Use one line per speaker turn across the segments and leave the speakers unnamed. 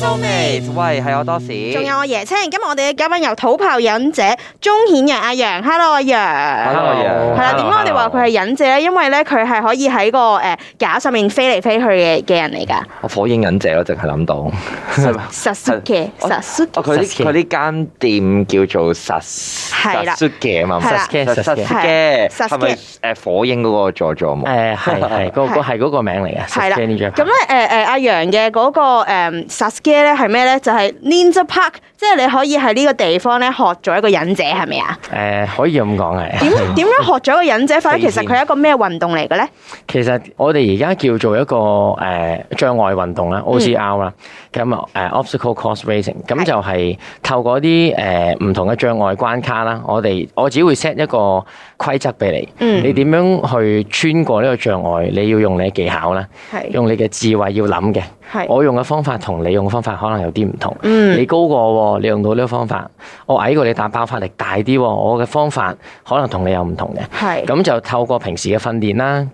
Soulmate，喂，係我多士。
仲有我椰青，今日我哋嘅嘉賓由土炮忍者鍾顯仁阿楊，Hello 阿楊。
Hello，
係
楊
啦，點解我哋話佢係忍者咧？因為咧佢係可以喺個誒架上面飛嚟飛去嘅嘅人嚟㗎，
我火影忍者咯，淨係諗到。
實質嘅，
我
實質
哦，佢呢佢呢間店叫做實
係啦
實縮嘅啊嘛，
係啦
實實
係啊
嘅，
實
係咪誒火影嗰個佐助冇？
誒係係，嗰個係嗰個名嚟嘅，
係啦。
Saskia 呢張
咁咧誒誒阿楊嘅嗰個誒 Sasuke 咧係咩咧？就係 Ninja Park，即係你可以喺呢個地方咧學做一個忍者係咪 啊？
咧誒可以咁講係。
點點樣學咗一個忍者法咧？其實佢係一個咩運動嚟嘅咧？
其實我哋而家叫做一個誒、呃、障礙運動啦，OCR 啦，咁啊誒 obstacle course racing，
嗯係
咁就係透過啲誒唔同嘅障礙關卡啦，我哋我只會 set 一個規則俾你，
嗯
你點樣去穿過呢個障礙，你要用你嘅技巧啦，
係
用你嘅智慧要諗嘅。
係
我用嘅方法同你用嘅方法可能有啲唔同。
嗯
你高過喎，你用到呢個方法；我矮過你，但爆發力大啲喎。我嘅方法可能同你有唔同嘅。
係
咁就透過平時嘅訓練啦，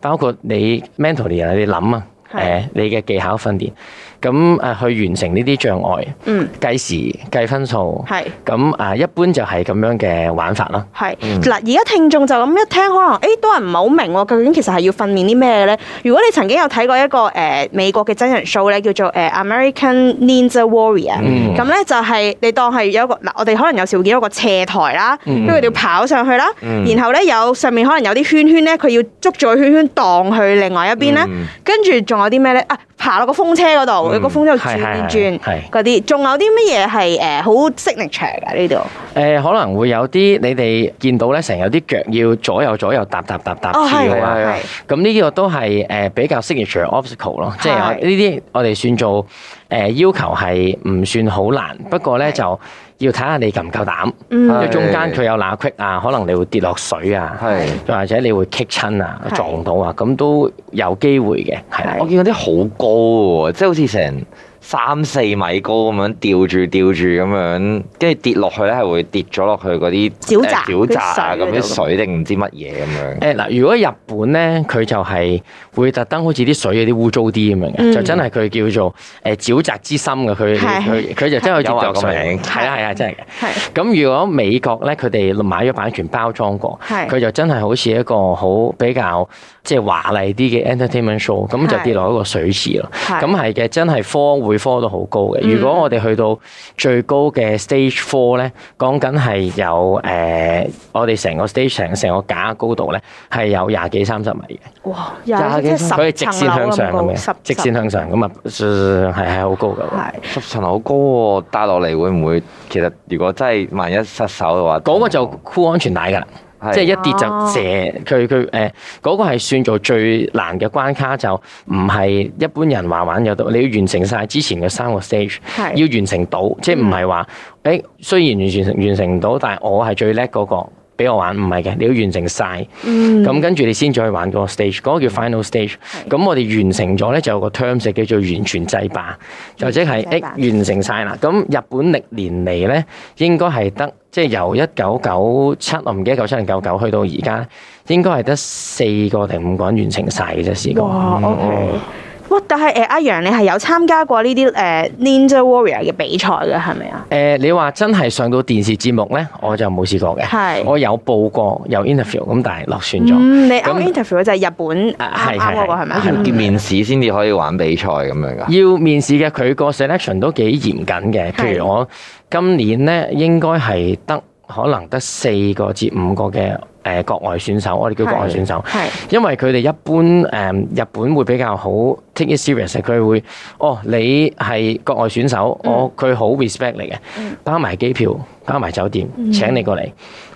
包括你 mentally 啊，你諗啊，誒、
係
你嘅技巧訓練，咁誒、呃去完成呢啲障礙，
嗯
計時計分數，
係。
咁啊、一般就係咁樣嘅玩法啦。
係嗱，而家聽眾就咁一聽，可能誒、欸都係唔係好明喎，究竟其實係要訓練啲咩咧？如果你曾經有睇過一個誒、呃美國嘅真人 show 咧，叫做誒、呃 American Ninja Warrior，
嗯
咁咧、就係、你當係有一個嗱，我哋可能有時會見到一個斜台啦，跟
嗯
住你要跑上去啦，
嗯
然後咧有上面可能有啲圈圈咧，佢要捉住個圈圈蕩去另外一邊咧，
嗯
跟住仲有啲咩咧？啊，爬落個風車嗰度，有個風車度轉
係係
轉
嗯係係
嗰啲，仲有啲乜嘢係誒好 signature 㗎呢度？
誒、可能會有啲你哋見到咧，成日有啲腳要左右左右踏踏踏踏
哦，
住
係
嘅
係
話。
係。
咁呢個都係誒比較 signature obstacle 咯，即係我
係
呢啲我哋算做誒、呃要求係唔算好難，不過咧
係
就要睇下你夠唔夠膽，
嗯
因為
係
中間佢有罅隙啊，可能你會跌落水啊，
係。
又或者你會棘親啊、
係
撞到啊，咁都有機會嘅，係啦
係。
我見嗰啲好高喎，即係好似成三四米高咁樣吊住吊住咁樣，跟住跌落去咧係會跌咗落去嗰啲
沼
誒
澤
沼澤啊咁
啲水嗰度
啲水定唔知乜嘢咁樣。
誒嗱，如果日本咧，佢就係會特登好似啲水有啲污糟啲咁樣嘅，
嗯
就真係佢叫做誒沼澤之心嘅，佢
係
佢佢就真係有
有啊
啲
個名
係啊係啊，真係嘅。
係
咁如果美國咧，佢哋買咗版權包裝過，
係
佢就真係好似一個好比較即係華麗啲嘅 entertainment show，咁就
係
跌落一個水池咯。
係
咁係嘅，真係科會科到好高嘅。
嗯
如果我哋去到最高嘅 stage four 咧，講緊係有誒、呃我哋成個 stage 成成個架高度咧係有廿幾三十米嘅。
哇！
廿幾
廿即係十啊
佢係直線向上咁
十
嘅，直線向上咁啊，係係好高㗎喎。
係
十層樓好高喎，帶落嚟會唔會其實如果真係萬一失手嘅話，
嗰個就箍安全帶㗎啦，
係
即係一跌就射佢佢誒嗰個係算做最難嘅關卡，就唔係一般人話玩有到，你要完成晒之前嘅三個 stage，
係
要完成到，即係唔係話誒雖然完成完成唔到，但係我係最叻嗰個。俾我玩唔係嘅，你要完成晒，
嗯
咁跟住你先再去玩嗰個 stage，嗰個叫 final stage。咁我哋完成咗咧，就有個 terms 叫做完全制霸，就即係
完全制
誒
霸
完成晒啦。咁日本歷年嚟咧，應該係得即係由一九九七，我唔記得九七定九九去到而家，應該係得四個定五個人完成晒嘅啫，試過。
哇！OK，哇！
嗯
但係誒，阿楊你係有參加過呢啲誒 Ninja Warrior 嘅比賽嘅係咪啊？
誒、你話真係上到電視節目咧，我就冇試過嘅。
係
我有報過，有 interview，咁但係落選咗。
嗯，你啱
咁
interview 嗰就係日本
啊
啱
係
啱嗰個
係係
係咪啊？
要面試先至可以玩比賽咁樣㗎。
要面試嘅佢個 selection 都幾嚴謹嘅，譬如我今年咧應該係得可能得四個至五個嘅誒國外選手，我哋叫國外選手。
係
因為佢哋一般誒、嗯日本會比較好 take it serious，佢會哦你係國外選手，我佢好 respect 你嘅，包埋機票，包埋酒店，請你過嚟。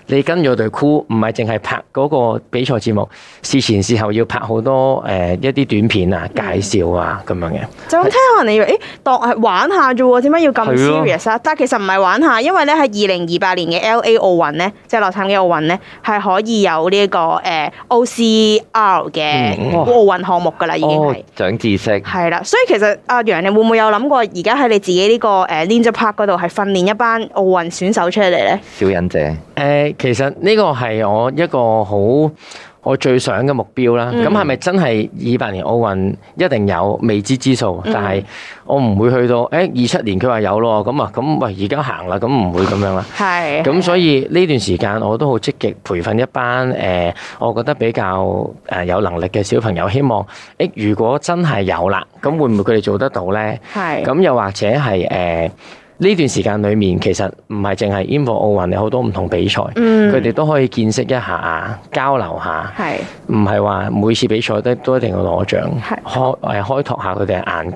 你跟咗隊 crew，唔係淨係拍嗰個比賽節目，事前事後要拍好多誒、呃一啲短片啊、介紹啊咁樣嘅。
就咁聽，可能你以為誒當係玩下啫喎，點解要咁
係咯
serious 啊？但係其實唔係玩下，因為咧喺二零二八年嘅 L A 奧運咧，即係洛杉磯奧運咧，係可以有呢、個誒、O C R 嘅
嗯
哇
奧運項目㗎啦，已經
哦
係。，
長知識。
係啦，所以其實阿楊，你會唔會有諗過而家喺你自己呢、個誒 Ninja Park 嗰度係訓練一班奧運選手出嚟咧？
小忍者，
誒、其實呢個係我一個好我最想嘅目標啦。咁係咪真係二八年奧運一定有未知之數？但係我唔會去到誒二七年佢話有咯，咁啊咁喂而家行啦，咁唔會咁樣啦。
係。
咁所以呢段時間我都好積極培訓一班誒、呃我覺得比較誒、呃有能力嘅小朋友，希望誒、欸如果真係有啦，咁會唔會佢哋做得到呢？
係
咁又或者係誒。呃呢段時間裏面，其實唔係淨係 i n f o 奧運，有好多唔同比賽，
嗯
佢哋、都可以見識一下、交流下，
係
唔係話每次比賽都都一定要攞獎，
係
開誒開拓下佢哋嘅眼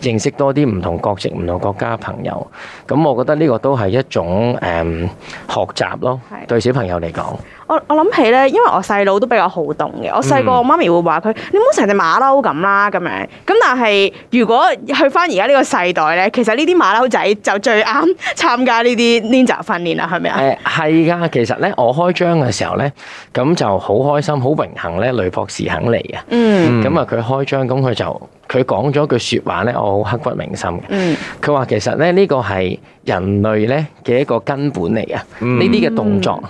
界，認識多啲唔同國籍、唔同國家嘅朋友。咁我覺得呢個都係一種誒、嗯、學習咯
係，
對小朋友嚟講。
我我諗起咧，因為我細佬都比較好動嘅，我細
嗯
個我媽咪會話佢：你唔好成隻馬騮咁啦咁樣。咁但係如果去翻而家呢個世代咧，其實呢啲馬騮仔就最啱參加呢啲 ninja 訓練啦，係咪啊？
誒係噶，其實咧我開張嘅時候咧，咁就好開心、好榮幸咧，雷博士肯嚟嘅。
嗯
咁啊，佢開張，咁佢就佢講咗句説話咧，我好刻骨銘心嘅。
嗯
佢話其實咧呢個係人類咧嘅一個根本嚟嘅，呢
嗯
啲嘅動作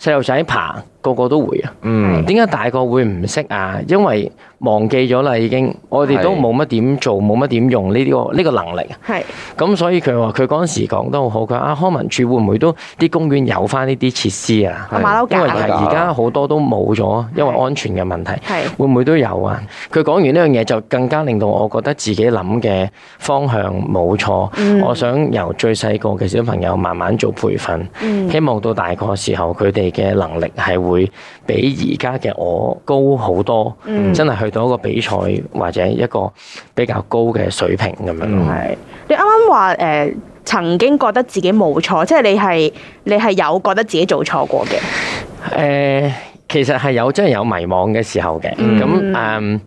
細路仔爬個個都會啊。
嗯，
點解大個會唔識啊？因為忘記咗啦，已經我哋都
係
冇乜點做，冇乜點用呢、個呢、個能力。啊
係
咁所以佢話佢嗰陣時講得好好，佢話啊康文署會唔會都啲公園有翻呢啲設施啊？
阿馬騮
因為
架
係
而家好多都冇咗，因為安全嘅問題，
係
會唔會都有啊？佢講完呢樣嘢就更加令到我覺得自己諗嘅方向冇錯。
嗯
我想由最細個嘅小朋友慢慢做培訓，
嗯
希望到大個嘅時候佢哋嘅能力係會比而家嘅我高好多，
嗯
真係去到一個比賽或者一個比較高嘅水平咁樣咯。
係。你啱啱話誒曾經覺得自己冇錯，即係你係你係有覺得自己做錯過嘅。
誒、呃其實係有真係有迷茫嘅時候嘅。
嗯
咁誒、嗯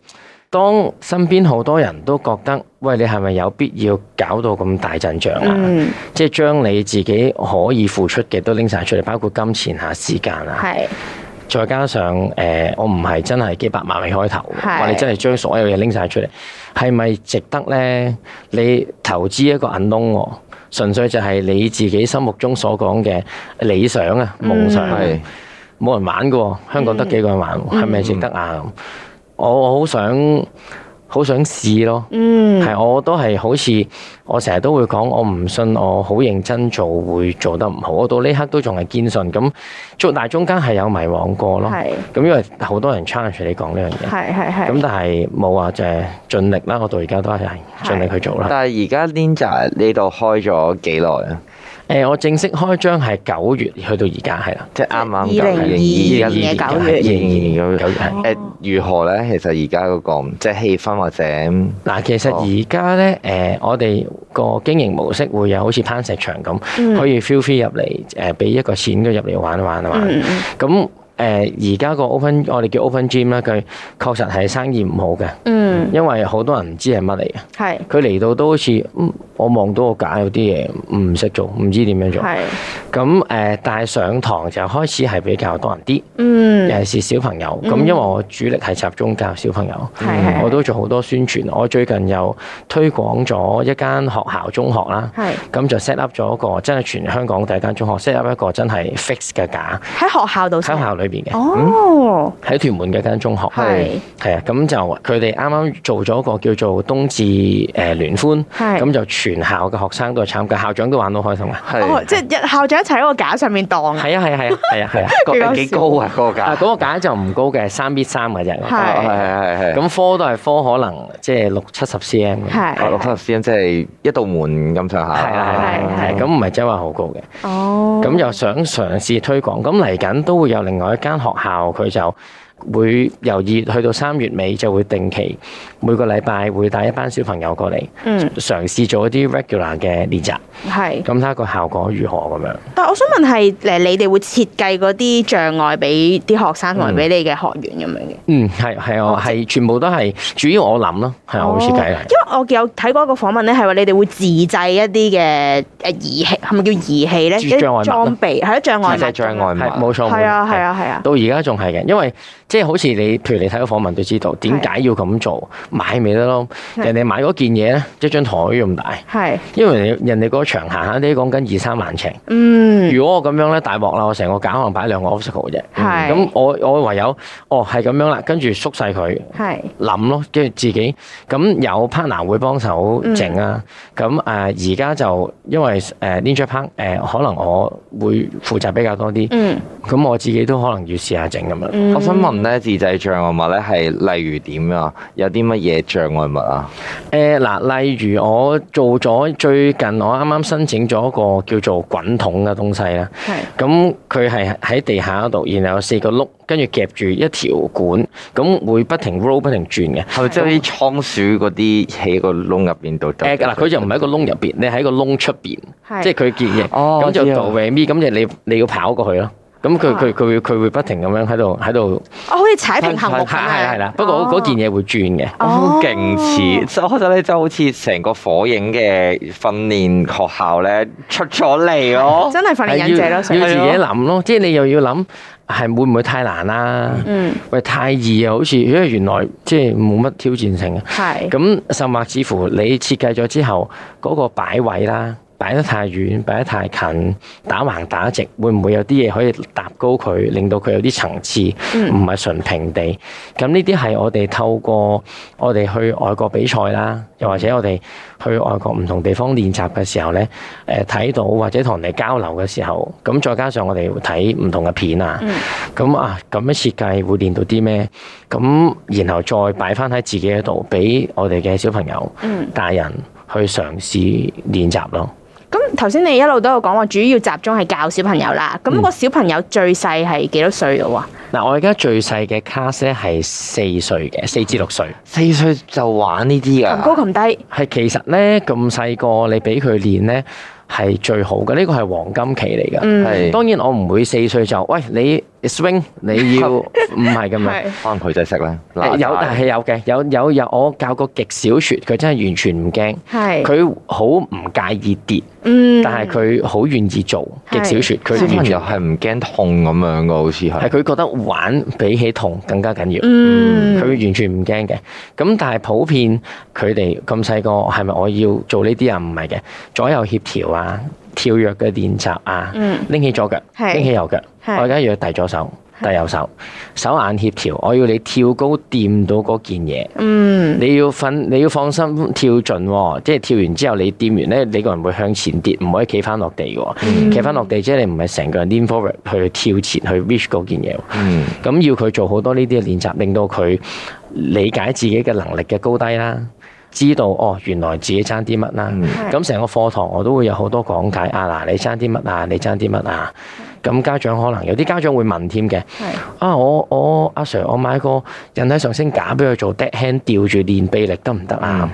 當身邊好多人都覺得，喂，你係咪有必要搞到咁大陣仗啊？
嗯，
即係將你自己可以付出嘅都拎晒出嚟，包括金錢啊、時間啊，
係
再加上誒、呃我唔係真係幾百萬未開頭嘅，
係
話你真係將所有嘢拎晒出嚟，係咪值得呢？你投資一個銀窿喎，純粹就係你自己心目中所講嘅理想啊、夢想啊。
嗯係
冇人玩嘅喎，香港得幾個人玩喎，
嗯
係咪值得啊？我我好想好想試咯，
嗯
係我都係好似我成日都會講，我唔信我好認真做會做得唔好，我到呢刻都仲係堅信咁，做但係中間係有迷惘過咯，
係
咁因為好多人 challenge 你講呢樣嘢，
係係
咁但
係。
係冇話就係盡力啦，我到而家都係盡力去做啦。
但係而家 Ninja 呢度開咗幾耐啊？
誒、我正式開張係九月去到而家係啦，
即係啱啱
2022年嘅九月
二零二
九月係。
誒如何咧？其實而家嗰個即係氣氛或者嗯
嗱，其
哦
實而家咧，誒、我哋個經營模式會有好似攀石場咁，
嗯
可以 feel free 入嚟，誒、俾一個錢佢入嚟玩玩玩。
嗯
咁誒，而家個 open 我哋叫 open gym 啦，佢確實係生意唔好嘅，
嗯，
因為好多人唔知係乜嚟嘅。
係
佢嚟到都好似，嗯，我望到個架有啲嘢唔識做，唔知點樣做。
係
咁誒、但係上堂就開始係比較多人啲。
嗯
尤其是小朋友，咁因為我主力係集中教小朋友
係係，係
嗯我都做好多宣傳。我最近又推廣咗一間學校中學啦，
係
咁就 set up 咗一個真係全香港第一間中學 set up 一個真係 fix 嘅架
喺學校度先
喺學校裏嗯邊嘅，
哦。
喺屯門嘅一間中學。
係
係啊，咁就佢哋啱啱做咗個叫做冬至誒聯歡，
係
咁就全校嘅學生都去參加，校長都玩到開心啊！
哦
係，
即係一校長一齊喺個架上面盪啊，
係啊係啊係啊係啊 係啊！
幾搞笑
個幾高啊？嗰個
啊
價
嗰個架就唔高嘅，三 B 三嘅啫。
係
係係係係。
咁科都係科可能即係六七十 cm 嘅，啊係
哦六七
係
十 cm 即係一道門咁上下。
啦係啦係啦，咁唔係真係話好高嘅，
哦，
咁又想嘗試推廣，咁嚟緊都會有另外一某一間學校佢就會由二月去到三月尾就會定期每個禮拜會帶一班小朋友過嚟，
嗯，
嘗試做一啲 regular 嘅練習，
係。
咁睇下個效果如何咁樣。
但我想問係誒，你哋會設計嗰啲障礙俾啲學生同埋俾你嘅學員咁樣嘅？
嗯，係係我
哦
係全部都係主要我諗咯，係啊我會設
哦
計係。
因為我有睇過一個訪問咧，係話你哋會自製一啲嘅誒儀器，係咪叫儀器咧？
自障礙物啊啦
一啲裝備係咯，障礙
或
物。
者障礙
嗯係
物。
冇錯，
係啊，
冇錯
係。啊，係啊。
到而家仲係嘅，因為即係好似你，譬如你睇到訪問都知道點解要咁做，買咪得咯。
係
人哋買嗰件嘢咧，一張台咁大，
係，
因為人哋人哋嗰個場閒閒哋講緊二三萬尺。
嗯，
如果我咁樣咧，大鑊啦！我成個架可能擺兩個 obstacle 啫。
係
咁我我唯有哦係咁樣啦，跟住縮細佢。
係，
諗咯，跟住自己咁有 partner 會幫手
嗯
整啊。咁誒而家就因為誒 Ninja Park 誒，可能我會負責比較多啲，
嗯，
咁我自己都可能要試下整咁樣。
我想問咧，自製障礙物咧係例如點啊？有啲乜嘢障礙物啊？
誒呃嗱，例如我做咗最近我啱啱申請咗一個叫做滾筒嘅東西啦。
係，
咁佢係喺地下嗰度，然後有四個碌，跟住夾住一條管，咁會不停 roll 不停轉嘅。
係咪即係啲倉鼠嗰啲喺個窿入邊度？
誒嗱，佢就唔係喺個窿入邊，你喺個窿出邊，
係
即係佢見嘅，
哦
咁
我知
就
啊
度位咪，咁就你你要跑過去咯。咁佢
啊
佢佢會佢會不停咁樣喺度喺度，
哦，好似踩平衡木
係
咁
係係
樣。
啦。不過嗰件嘢會轉嘅，
我
哦
好勁似，就我覺得咧就好似成個火影嘅訓練學校咧出咗嚟咯。
真係訓練
係
忍者咯，
要要
所以
自己諗咯。即係你又要諗係會唔會太難啦？
嗯，
喂，太易啊，好似因為原來即係冇乜挑戰性啊。
係，
咁甚至乎你設計咗之後，嗰、個擺位啦，擺得太遠，擺得太近，打橫打直，會唔會有啲嘢可以搭高佢，令到佢有啲層次，唔係純平地？咁呢啲係我哋透過我哋去外國比賽啦，又或者我哋去外國唔同地方練習嘅時候呢，誒睇到或者同人哋交流嘅時候，咁再加上我哋睇唔同嘅片啊，咁、啊咁樣設計會練到啲咩？咁然後再擺翻喺自己嗰度，俾我哋嘅小朋友、
嗯
大人去嘗試練習咯。
咁頭先你一路都有講話，主要集中係教小朋友啦。
嗯
咁個小朋友最細係幾多歲到啊？
嗱，我而家最細嘅 class 咧係四歲嘅，四至六歲。
四歲就玩呢啲
啊
擒高
㗎，
擒低，
係其實咧咁細個，你俾佢練咧係最好嘅，呢個係黃金期嚟㗎。
係
當然我唔會四歲就喂你 swing，你要唔係咁樣。
可能佢就識啦。
誒
嗱
有但係有嘅，有有有我教過極少説，佢真係完全唔驚，
嗯
係，
佢好唔介意跌，
嗯，
但係佢好願意做極
係
少説，佢
小
完
朋
全
友係唔驚痛咁樣㗎，好似
係
係。
佢覺得玩比起痛更加緊要。
嗯，
佢完全唔驚嘅。咁但係普遍佢哋咁細個，係咪我要做呢啲啊？唔係嘅，左右協調啊，跳躍嘅練習啊，
嗯
拎起左腳，
係
拎起右腳，
係
我而家要遞左手，遞右手，手眼協調，我要你跳高掂到嗰件嘢。
嗯，
你要瞓，你要放心跳盡喎，即係跳完之後你掂完咧，你個人會向前跌，唔可以企翻落地嘅
嗯
喎。企翻落地即係你唔係成個人 lean forward 去跳前去 reach 嗰件嘢喎。
嗯，
咁要佢做好多呢啲嘅練習，令到佢理解自己嘅能力嘅高低啦，知道哦原來自己爭啲乜啦。咁成、個課堂我都會有好多講解啊嗱，你爭啲乜啊，你爭啲乜啊。咁家長可能有啲家長會問添嘅，啊我我阿 Sir 我買個引體上升架俾佢做 dead hand 吊住練臂力得唔得啊？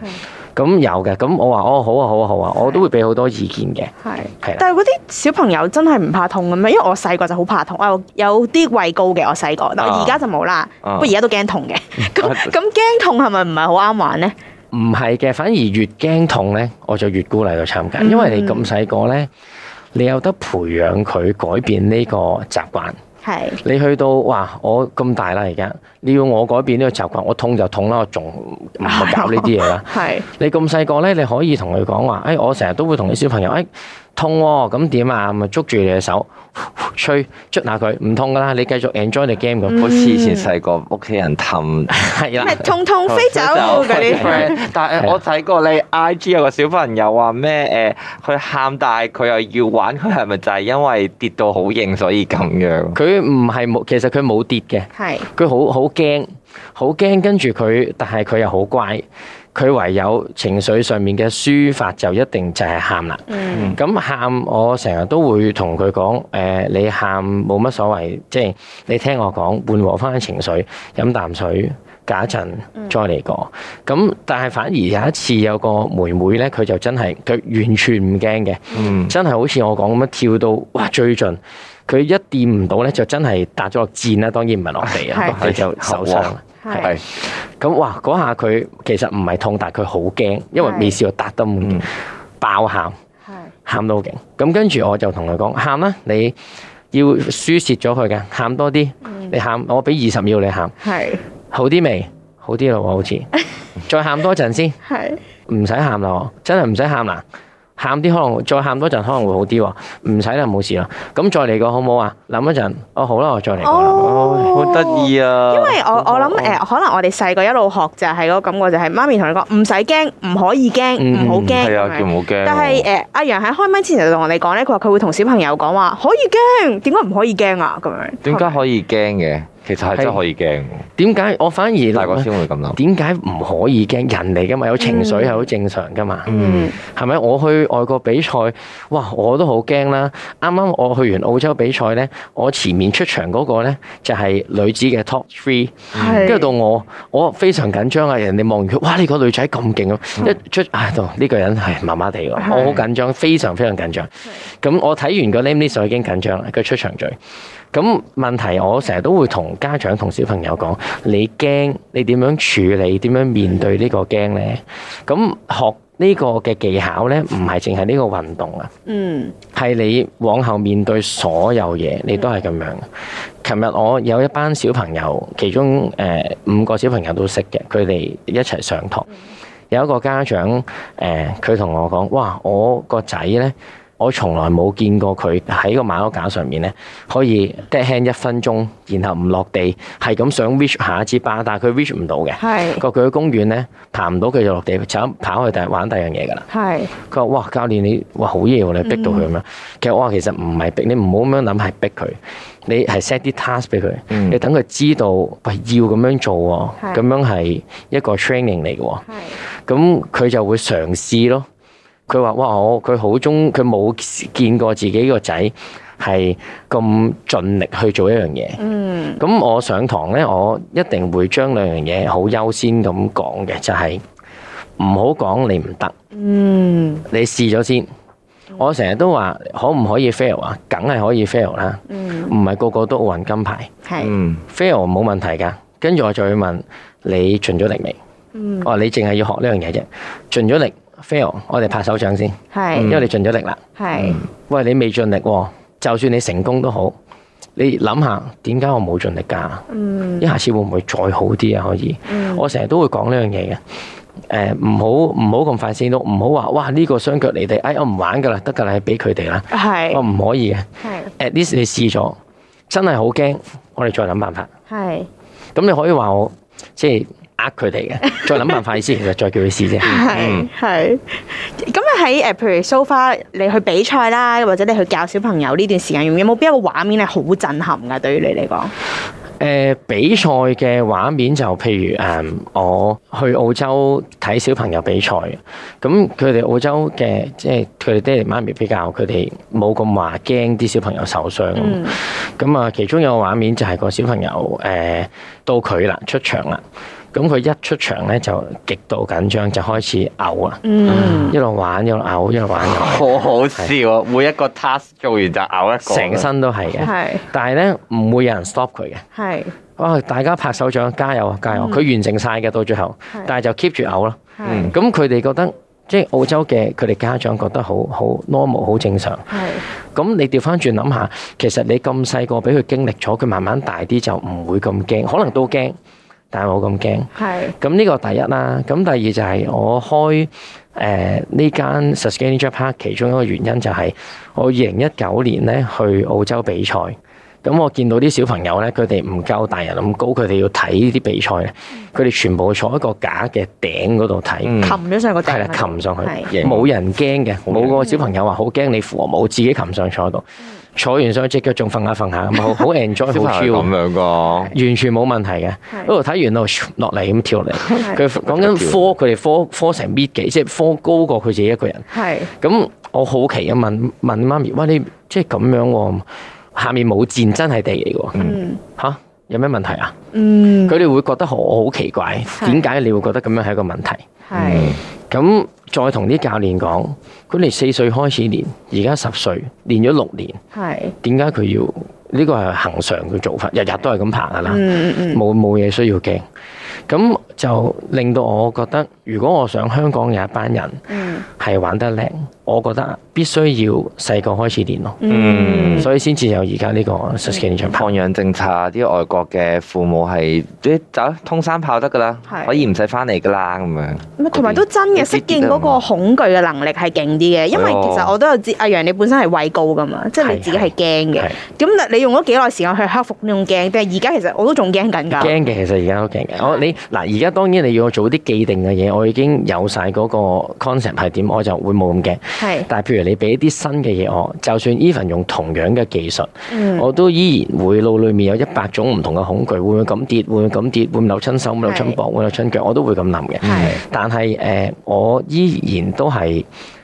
咁有嘅，咁我話哦好啊好啊好啊，我都會俾好多意見嘅，
係。
係啦。
但係嗰啲小朋友真係唔怕痛嘅咩？因為我細個就好怕痛，我有有啲畏高嘅，我細個，但我而家就冇啦。
啊
不過而家都驚 痛嘅，咁咁驚痛係咪唔係好啱玩咧？
唔係嘅，反而越驚痛咧，我就越鼓勵佢參加，因為你咁細個咧，你有得培養佢改變呢個習慣。
係。
你去到哇，我咁大啦而家，你要我改變呢個習慣，我痛就痛啦，我仲唔係搞呢啲嘢啦
係
你咁細個咧，你可以同佢講話，誒、我成日都會同啲小朋友，誒、痛喎、咁點啊？咪捉住你嘅手， 吹，捽下佢，唔痛噶啦，你繼續 enjoy the game 咁。
好似以前細個屋企人氹
係啦、
咩痛痛飛 走嗰啲？
friend，但係我睇過你 I G 有個小朋友話咩誒，佢喊但係佢又要玩，佢係咪就係因為跌到好型所以咁樣？
佢唔係冇，其實佢冇跌嘅。
係
佢好好驚，好驚，跟住佢，但係佢又好乖。佢唯有情緒上面嘅抒發就一定就係喊啦。
嗯
咁喊我成日都會同佢講，誒、你喊冇乜所謂，即係你聽我講，緩和翻情緒，飲啖水，隔一陣再嚟過。咁但係反而有一次有個妹妹咧，佢就真係佢完全唔驚嘅，
嗯
真係好似我講咁樣跳到哇最盡。佢一掂唔到咧，就真係笪咗落箭啦。當然唔係落地啊，
係
落地就受傷啦。
係
系
咁哇，嗰下佢其實唔係痛，但係佢好驚，因為未試過笪得咁勁
嗯
爆喊。
係
喊到好勁。咁跟住我就同佢講：喊啦，你要輸泄咗佢嘅，喊多啲。你喊，我俾二十秒你喊，
係
好啲未？好啲咯喎，好似再喊多陣先，
係
唔使喊啦，我真係唔使喊啦。喊啲可能再喊多陣可能會好啲喎，唔使啦，冇事啦。咁再嚟個好唔好啊？諗一陣，哦好啦，我再嚟過啦。
哦，好得意啊！
因為我我諗誒、可能我哋細個一路學就係嗰個感覺，就係媽咪同你講唔使驚，唔可以驚，
嗯
唔好驚
系
咁
啊，叫
樣。
唔好驚喎。
但係誒、阿楊喺開麥之前就同我哋講咧，佢話佢會同小朋友講話可以驚，點解唔可以驚啊？咁樣
點解可以驚嘅？其實係真係可以驚喎，
點解我反而
大個
諗啊
先會咁諗。
點解唔可以驚？人嚟噶嘛，有情緒係好正常噶嘛。
嗯
係咪？我去外國比賽，哇！我都好驚啦。啱啱我去完澳洲比賽咧，我前面出場嗰個咧就係女子嘅 top three，
係
跟住到我，我非常緊張啊！人哋望完佢，哇！你個女仔咁勁啊！一出唉，到呢個人係麻麻地喎，我好緊張，非常非常緊張。咁我睇完個 name list 我已經緊張啦，佢出場序。咁問題我成日都會同家長同小朋友講，你驚你點樣處理，點樣面對呢個驚呢？咁學呢個嘅技巧呢，唔係淨係呢個運動啊，
嗯
係你往後面對所有嘢，你都係咁樣。琴日我有一班小朋友，其中誒、呃五個小朋友都識嘅，佢哋一齊上堂。有一個家長誒，佢、同我講：，哇！我個仔呢，我從來冇見過佢喺個馬騮架上面呢，可以 dead hand 一分鐘，然後唔落地，係咁想 reach 下一支巴，但係佢 reach 唔到嘅。
係
個佢去公園呢，爬唔到佢就落地，就咁跑去第玩第二樣嘢㗎啦。
係
佢話：哇，教練你哇好嘢喎，
嗯
你逼到佢咁樣。其實我話其實唔係逼，你唔好咁樣諗係逼佢，你係 set 啲 task 俾佢，
嗯
你等佢知道喂要咁樣做
係
喎，咁樣係一個 training 嚟嘅喎。
係
咁佢就會嘗試咯。佢話：哇！我佢好中，佢冇見過自己個仔係咁盡力去做一樣嘢。
嗯
咁我上堂咧，我一定會將兩樣嘢好優先咁講嘅，就係唔好講你唔得，
嗯
你試咗先。我成日都話可唔可以 fail 啊？梗係可以 fail 啦，
嗯
唔係個個都奧運金牌
係
嗯，
fail 冇問題㗎。跟住我就會問你盡咗力未？
嗯
我話你淨係要學呢樣嘢啫，盡咗力 fail，我哋拍手掌先，因
係
為你盡咗力啦。
係
喂，你未盡力喎，就算你成功都好，你諗下點解我冇盡力㗎？
嗯
一下次會唔會再好啲啊？可以，
嗯
我成日都會講呢樣嘢嘅。誒唔好唔好咁快先咯，唔好話哇呢、個雙腳離地，哎我唔玩㗎啦，得㗎啦，俾佢哋啦，我
係
唔可以嘅。
係
at least 你試咗，真係好驚，我哋再諗辦法。
係
咁你可以話我即係呃佢哋嘅，再諗辦法意思，其實再叫佢試 啫。
係係，咁啊喺誒，譬如 so far 你去比賽啦，或者你去教小朋友呢段時間，有冇邊一個畫面係好震撼㗎？對於你嚟講，
誒、呃比賽嘅畫面就譬如誒、嗯我去澳洲睇小朋友比賽，咁佢哋澳洲嘅即係佢哋爹哋媽咪比較，佢哋冇咁話驚啲小朋友受傷。
嗯
咁啊、其中有個畫面就係個小朋友誒、到佢啦，出場啦，咁佢一出場咧就極度緊張，就開始嘔啦，
嗯哦
一路玩一路嘔，一路玩一路嘔
好好笑啊！每一個 task 做完就咬一個，
成身都係嘅。
係
但係咧唔會有人 stop 佢嘅。
係
哇！啊大家拍手掌，加油啊，加油！佢、完成晒嘅到最後
係，
但係就 keep 住嘔咯。
係
嗯
咁佢哋覺得即係澳洲嘅佢哋家長覺得好好 normal 好正常。
係
咁你調翻轉諗下，其實你咁細個俾佢經歷咗，佢慢慢大啲就唔會咁驚，可能都驚，但係冇咁驚。
係
咁呢個第一啦，咁第二就係我開誒呢間 Saskatchewan Park 其中一個原因就係我二零一九年咧去澳洲比賽，咁我見到啲小朋友咧，佢哋唔夠大人咁高，佢哋要睇呢啲比賽咧，佢哋全部坐喺個架嘅頂嗰度睇。
嗯
擒咗上個頂
係啦，
嗰度
擒上去，
係
冇人驚嘅，
冇
冇個小朋友話好驚你扶我，冇自己擒上坐度，坐完上去隻腳仲瞓下瞓下咁，好好 enjoy
小
好
朋
chill
友咁樣噶，
完全冇問題嘅。
係
嗰度睇完度落嚟咁跳嚟，佢講緊科，佢哋科科成米幾，即係科高過佢自己一個人。
係
咁我好奇啊，問問媽咪，喂，你即係咁樣喎、下面冇箭真係地嚟嘅喎，
嗯
吓有咩問題啊？
嗯
佢哋會覺得我好奇怪，點解你會覺得咁樣係一個問題？
Ừ.
嗯
係
咁再同啲教練講，佢哋四歲開始練，而家十歲練咗六年，
係
點解佢要呢個係恒常嘅做法？日日都係咁爬噶啦。
嗯嗯嗯
冇冇嘢需要驚。咁就令到我覺得，如果我想香港有一班人
嗯
係玩得靚，我覺得必須要細個開始練咯，
嗯
所以先至有而家呢個 suspension
放養政策，啲外國嘅父母係啲走通山跑得噶啦
係，
可以唔使翻嚟噶啦咁樣。
咁啊同埋都真嘅，適應嗰個恐懼嘅能力係勁啲嘅，因為
係啊
其實我都有知，阿楊你本身係畏高噶嘛，即係你自己係驚嘅
哦係。
咁但你用咗幾耐時間去克服呢種驚？但係而家其實我都仲驚緊㗎。
驚嘅，其實而家都驚嘅。我你嗱，而家當然你要我做啲既定嘅嘢，我已經有晒嗰個 concept 係點，我就會冇咁驚。
係
但係譬如你俾啲新嘅嘢我，就算 even 用同樣嘅技術，
嗯
我都依然會腦裏面有一百種唔同嘅恐懼，會唔會咁跌？會唔會咁跌？會唔會扭親手？會唔會扭親膊？會唔會扭親腳？我都會咁諗嘅。
係
但係誒、呃我依然都係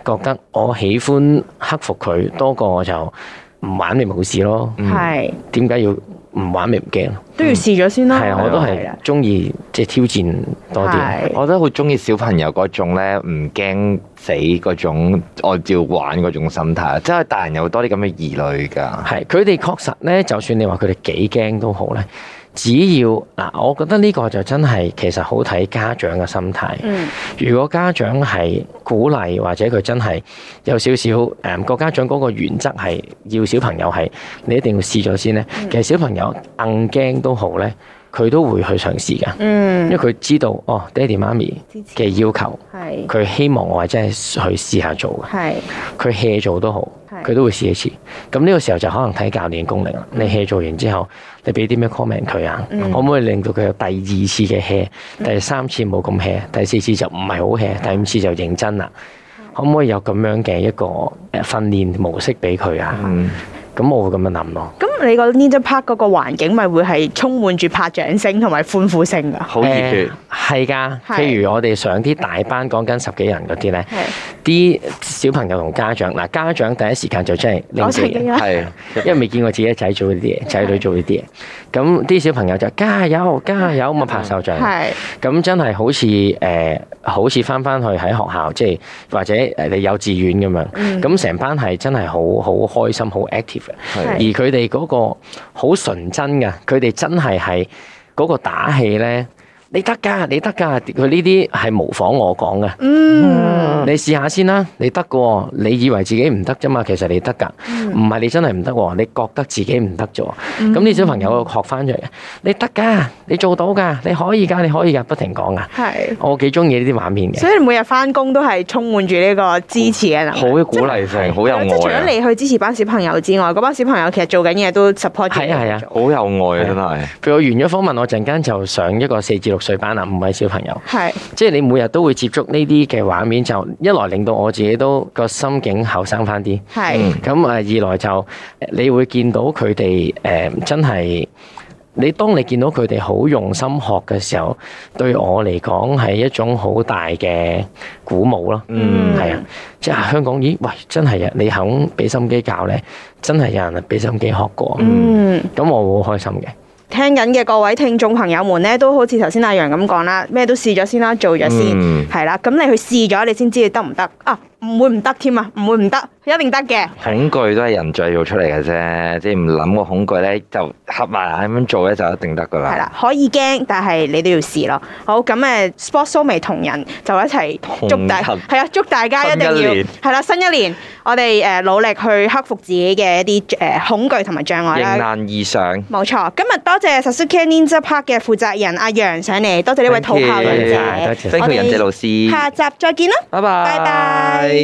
覺得我喜歡克服佢多過我就唔玩咪冇事咯。
嗯
係
點解要唔玩咪唔驚？
都要試咗先啦。
係啊，我都係
啦
中意即係挑戰多啲。
係
我覺得好中意小朋友嗰種咧，唔驚死嗰種，我照玩嗰種心態。即係大人有多啲咁嘅疑慮㗎。
係，佢哋確實咧，就算你話佢哋幾驚都好咧，只要嗱，我覺得呢個就真係其實好睇家長嘅心態。
嗯
如果家長係鼓勵或者佢真係有少少誒個家長嗰個原則係要小朋友係你一定要試咗先咧，
嗯
其實小朋友硬驚都好咧，佢都會去嘗試㗎，因
嗯，
為佢知道哦，爹哋媽咪
支持
嘅要求。
係
佢希望我係真係去試下做嘅，
係
佢 hea 做都好，
係嗯
佢都會試一次。咁呢個時候就可能睇教練功力啦。你 hea 做完之後，你俾啲咩 comment 佢啊？可唔可以令到佢有第二次嘅 hea，第
嗯
三次冇咁 hea，第四次就唔係好 hea，第五次就認真啦？
嗯
可唔可以有咁樣嘅一個誒訓練模式俾佢啊？
嗯，
咁我會咁樣諗咯。
咁你個 Ninja Park 嗰個環境咪會係充滿住拍掌聲同埋歡呼聲㗎？
好熱血。
呃誒係㗎。
係
譬如我哋上啲大班，講緊十幾人嗰啲咧，
係
啲小朋友同家長嗱，家長第一時間就真係拎
我
住
曾經啊，
係
因為未見過自己仔做呢啲嘢，仔女做呢啲嘢，咁啲小朋友就加油加油咁啊拍手掌，
係
咁真係好似誒、呃好似翻翻去喺學校，即係或者誒你幼稚園咁樣，咁成、班係真係好好開心，好 active 嘅，
係
而佢哋嗰個好純真嘅，佢哋真係係嗰個打氣咧。你得㗎，你得㗎，佢呢啲係模仿我講嘅。你試下先啦，你得嘅喎，你以為自己唔得啫嘛，其實你得㗎，唔係你真係唔得喎，你覺得自己唔得啫喎。咁啲小朋友學翻出嚟，你得㗎，你做到㗎，你可以㗎，你可以㗎，不停講㗎。
係。
我幾中意呢啲畫面嘅，
所以你每日翻工都係充滿住呢個支持嘅能
好
力。
嘅鼓勵性，好有
即係除咗
愛啊，
你去支持班小朋友之外，嗰班小朋友其實做緊嘢都 support 住你
係啊係啊
去做
好有愛啊，真係。
譬如我完咗訪問，我陣間就上一個四至六歲班啦，五位小朋友。
係
即係你每日都會接觸呢啲嘅畫面，就一來令到我自己都個心境後生翻啲，
係
咁啊二來就呃你會見到佢哋誒真係。你當你見到佢哋好用心學嘅時候，對我嚟講係一種好大嘅鼓舞咯。
嗯
係啊，即係香港，咦？喂，真係啊！你肯俾心機教咧，真係有人俾心機學過。
嗯。
咁我會好開心嘅。
聽緊嘅各位聽眾朋友們咧，都好似頭先阿楊咁講啦，咩都試咗先啦，做咗先，
嗯
係啦、咁你去試咗，你先知你得唔得啊？唔會唔得添啊，唔會唔得，一定得嘅。
恐懼都係人製造出嚟嘅啫，即係唔諗個恐懼咧，就合埋眼咁樣做咧，就一定得噶
係
啦。
啦，可以驚，但係你都要試咯。好，咁誒，Sports Show 未同人就一齊祝大
同行
係啊，祝大家一定
新一
要
年
係啦，新一年我哋誒努力去克服自己嘅一啲誒恐懼同埋障礙
迎
啦。
難而上，
冇錯，今日多謝 Sasuke Ninja Park 嘅負責人阿楊上嚟，多謝呢位土炮
Thank you
忍者，
多謝
辛苦
我哋
人謝老師，
下集再見啦，
拜拜
拜拜。